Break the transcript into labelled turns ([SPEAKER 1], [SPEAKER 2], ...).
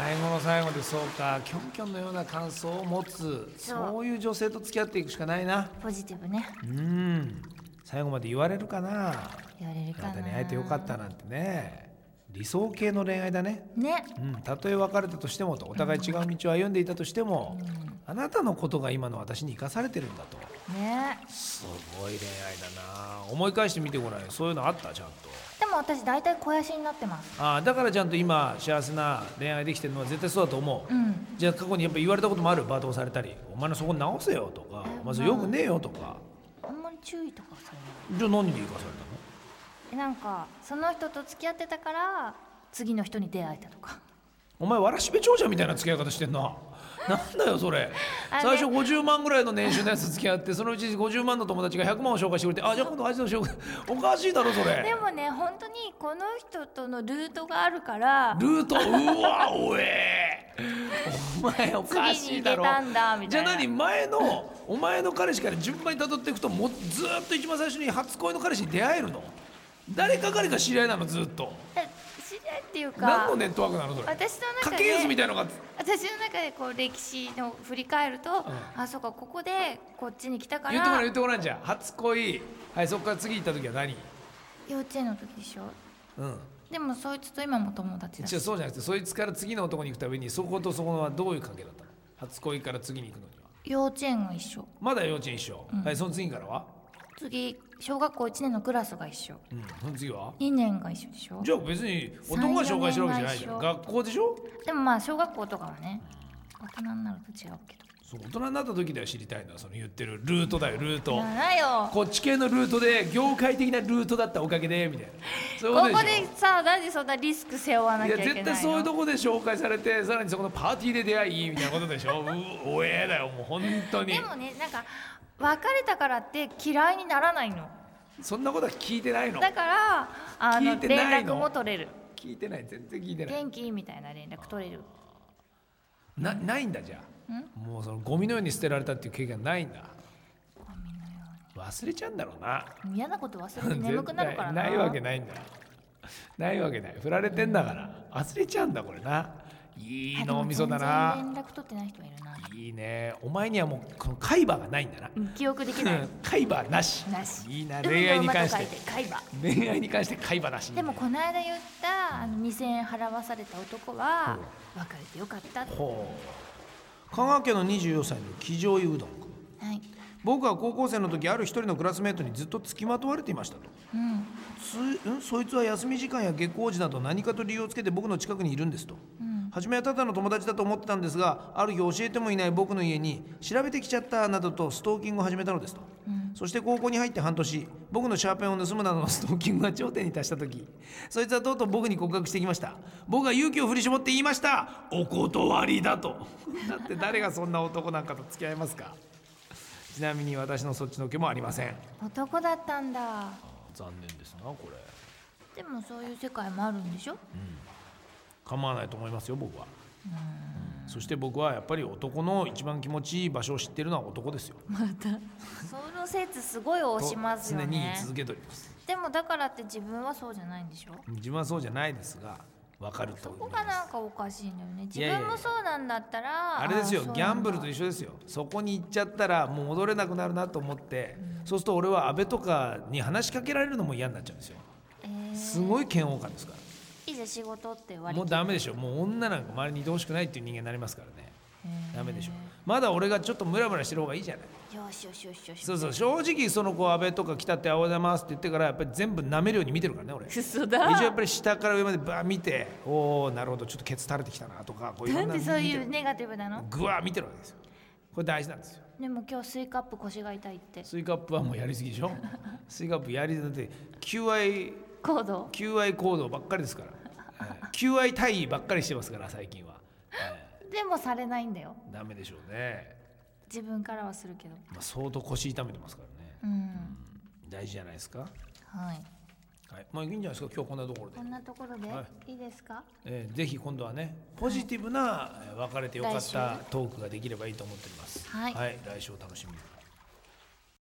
[SPEAKER 1] 最後の最後でそうかキョンキョンのような感想を持つ
[SPEAKER 2] そう
[SPEAKER 1] そういう女性と付き合っていくしかないな
[SPEAKER 2] ポジティブね
[SPEAKER 1] うん最後まで言われるかな
[SPEAKER 2] 言われる
[SPEAKER 1] あな
[SPEAKER 2] かな
[SPEAKER 1] たに会えてよかったなんてね理想系の恋愛だね
[SPEAKER 2] ね
[SPEAKER 1] うん、たとえ別れたとしてもとお互い違う道を歩んでいたとしても、あなたのことが今の私に生かされてるんだと
[SPEAKER 2] ね
[SPEAKER 1] すごい恋愛だな思い返してみてごらんよそういうのあったちゃんと
[SPEAKER 2] でも私大体肥やしになってます
[SPEAKER 1] ああだからちゃんと今幸せな恋愛できてるのは絶対そうだと思う、
[SPEAKER 2] うん
[SPEAKER 1] じゃあ過去にやっぱ言われたこともある罵倒されたり「お前のそこ直せよ」とか「まずよくねえよ」とか
[SPEAKER 2] あんまり注意とかされない
[SPEAKER 1] じゃあ何で生かされたの
[SPEAKER 2] えなんかその人と付き合ってたから次の人に出会えたとか
[SPEAKER 1] お前わらしべ長者みたいな付き合い方してんな。なんだよそれ
[SPEAKER 2] あれ
[SPEAKER 1] 最初50万ぐらいの年収のやつ付き合ってそのうち50万の友達が100万を紹介してくれてあじゃあ今度アジの紹介おかしいだろそれ
[SPEAKER 2] でもね本当にこの人とのルートがあるから
[SPEAKER 1] ル ートうわおえお前おかしいだろ
[SPEAKER 2] 次に行けたんだみ
[SPEAKER 1] じ
[SPEAKER 2] た
[SPEAKER 1] ゃあ
[SPEAKER 2] いな
[SPEAKER 1] 何前のお前の彼氏から順番に辿っていくともうずーっと一番最初に初恋の彼氏に出会えるの誰か彼が知り合いなのずっと
[SPEAKER 2] え知り合いっていうか
[SPEAKER 1] 何のネットワークなのそれ
[SPEAKER 2] 私の中
[SPEAKER 1] 家
[SPEAKER 2] で
[SPEAKER 1] 系図みたいのが
[SPEAKER 2] 私の中でこう歴史の振り返ると、
[SPEAKER 1] ん
[SPEAKER 2] あそうかここでこっちに来たか
[SPEAKER 1] 言ってごらん言
[SPEAKER 2] ら
[SPEAKER 1] ってごらんじゃあ初恋はいそこから次行った時は何
[SPEAKER 2] 幼稚園の時でしょ
[SPEAKER 1] うん
[SPEAKER 2] でもそいつと今も友達だ
[SPEAKER 1] じ
[SPEAKER 2] し
[SPEAKER 1] ゃあそうじゃなくてそいつから次の男に行くためにそことそこはどういう関係だったの初恋から次に行くのには
[SPEAKER 2] 幼稚園が一緒
[SPEAKER 1] まだ幼稚園一緒、はいその次からは
[SPEAKER 2] 次小学校1年のクラスが一緒
[SPEAKER 1] うんその次は
[SPEAKER 2] 2年が一緒でしょ
[SPEAKER 1] じゃあ別に男が紹介してるわけじゃないじゃん
[SPEAKER 2] 三四年が
[SPEAKER 1] 学校でしょ
[SPEAKER 2] でもまあ小学校とかはね大人になると違うけど
[SPEAKER 1] そう大人になった時では知りたいのはその言ってるルートだよルート
[SPEAKER 2] いらないよ
[SPEAKER 1] こっち系のルートで業界的なルートだったおかげでみたいなそういうこ
[SPEAKER 2] ここと
[SPEAKER 1] でしょ
[SPEAKER 2] でさなんでそんなリスク背負わないきゃ
[SPEAKER 1] や
[SPEAKER 2] いけないの
[SPEAKER 1] 絶対そういうとこで紹介されてさらにそこのパーティーで出会いみたいなことでしょうおえだよもう本当に
[SPEAKER 2] でもねなんか別れたからって嫌いにならないの
[SPEAKER 1] そんなことは聞いてないの
[SPEAKER 2] だからあ
[SPEAKER 1] 聞い
[SPEAKER 2] の
[SPEAKER 1] て
[SPEAKER 2] 連
[SPEAKER 1] ないの
[SPEAKER 2] 絡も取れる
[SPEAKER 1] 聞いてない全然聞いてない
[SPEAKER 2] 元気みたいな連絡取れる
[SPEAKER 1] なないんだじゃあもうそのゴミのように捨てられたっていう経験はないんだ
[SPEAKER 2] ゴミのよ
[SPEAKER 1] 忘れちゃうんだろうな
[SPEAKER 2] うに嫌なこと忘れて眠
[SPEAKER 1] 絶
[SPEAKER 2] くなるから
[SPEAKER 1] 対
[SPEAKER 2] な
[SPEAKER 1] ないわけないんだないわけない振られてんだから忘れちゃうんだこれないい
[SPEAKER 2] あでも
[SPEAKER 1] 脳みそだ
[SPEAKER 2] 全
[SPEAKER 1] な
[SPEAKER 2] 然連絡取ってない人いるない
[SPEAKER 1] いねお前にはもうこの海馬がないんだな
[SPEAKER 2] うん記憶できない
[SPEAKER 1] 海馬なし
[SPEAKER 2] なし
[SPEAKER 1] いいな
[SPEAKER 2] 海の
[SPEAKER 1] 恋愛に関し
[SPEAKER 2] 馬
[SPEAKER 1] て
[SPEAKER 2] と書い会話
[SPEAKER 1] 恋愛に関して会話なし
[SPEAKER 2] でもこの間言ったあの2000円払わされた男は別れてよかったって
[SPEAKER 1] ほう香川県の24歳の騎乗位うどん君
[SPEAKER 2] はい
[SPEAKER 1] 僕は高校生の時ある一人のクラスメートにずっと付きまとわれていましたと
[SPEAKER 2] うん
[SPEAKER 1] つんそいつは休み時間や下校時など何かと理由をつけて僕の近くにいるんですと、初めはただの友達だと思ってたんですがある日教えてもいない僕の家に調べてきちゃったなどとストーキングを始めたのですと、そして高校に入って半年僕のシャーペンを盗むなどのストーキングが頂点に達した時そいつはとうとう僕に告白してきました僕は勇気を振り絞って言いましたお断りだと だって誰がそんな男なんかと付き合いますかちなみに私のそっちの気もありません
[SPEAKER 2] 男だったんだ
[SPEAKER 1] 残念ですなこれ
[SPEAKER 2] でもそういう世界もあるんでしょ
[SPEAKER 1] 構わないと思いますよ僕はそして僕はやっぱり男の一番気持ちいい場所を知ってるのは男ですよ
[SPEAKER 2] その説すごい押しますよ
[SPEAKER 1] と常に
[SPEAKER 2] ね
[SPEAKER 1] 続けております
[SPEAKER 2] でもだからって自分はそうじゃないんでしょ
[SPEAKER 1] 自分はそうじゃないですが分かると
[SPEAKER 2] そ
[SPEAKER 1] 思い
[SPEAKER 2] こ
[SPEAKER 1] ま
[SPEAKER 2] が
[SPEAKER 1] す
[SPEAKER 2] なんかおかしいんだよね自
[SPEAKER 1] やいやいや
[SPEAKER 2] 分もそうなんだったら
[SPEAKER 1] あれですよ
[SPEAKER 2] ーそう
[SPEAKER 1] ギャンブルと
[SPEAKER 2] なんだ
[SPEAKER 1] 一緒ですよそこに行っちゃったらもう戻れなくなるなと思って、そうすると俺は安倍とかに話しかけられるのも嫌になっちゃうんですよ
[SPEAKER 2] えー
[SPEAKER 1] すごい嫌悪感ですか
[SPEAKER 2] いいじゃん仕事って
[SPEAKER 1] ら
[SPEAKER 2] 割
[SPEAKER 1] もう
[SPEAKER 2] り
[SPEAKER 1] ダメでしょもう女なんか周りにいてほしくないっていう人間になりますからね
[SPEAKER 2] へ
[SPEAKER 1] ダメでしょまだ俺がちょっとムラムラしてる方がいいじゃない
[SPEAKER 2] よしよしよしよし
[SPEAKER 1] そうそう正直その子安倍とか来たって「あおはようございます」って言ってからやっぱり全部舐めるように見てるからね俺一
[SPEAKER 2] 嘘
[SPEAKER 1] 応やっぱり下から上までバー見ておおなるほどちょっとケツ垂れてきたなとかこういろ
[SPEAKER 2] なんん
[SPEAKER 1] な
[SPEAKER 2] でそうい
[SPEAKER 1] 見
[SPEAKER 2] う
[SPEAKER 1] て
[SPEAKER 2] ネガティブなの
[SPEAKER 1] ぐわー見てるわけですよこれ大事なんですよ
[SPEAKER 2] でも今日スイカップ腰が痛いって
[SPEAKER 1] スイカップはもうやりすぎでしょスイカップやりだって求愛
[SPEAKER 2] 行動
[SPEAKER 1] 求愛行動ばっかりですから、はい求愛対位ばっかりしてますから最近は、はい
[SPEAKER 2] でもされないんだよ
[SPEAKER 1] ダメでしょうね、
[SPEAKER 2] 自分からはするけど
[SPEAKER 1] まあ、相当腰痛めてますからね
[SPEAKER 2] うん
[SPEAKER 1] 大事じゃないですか
[SPEAKER 2] はい
[SPEAKER 1] はいまあいいんじゃないですか今日こんなところで
[SPEAKER 2] こんなところで
[SPEAKER 1] はい
[SPEAKER 2] いですか
[SPEAKER 1] えーぜひ今度はねポジティブなえー別れてよかっ
[SPEAKER 2] 来週
[SPEAKER 1] たトークができればいいと思っております。
[SPEAKER 2] はい
[SPEAKER 1] 来週を楽しみに。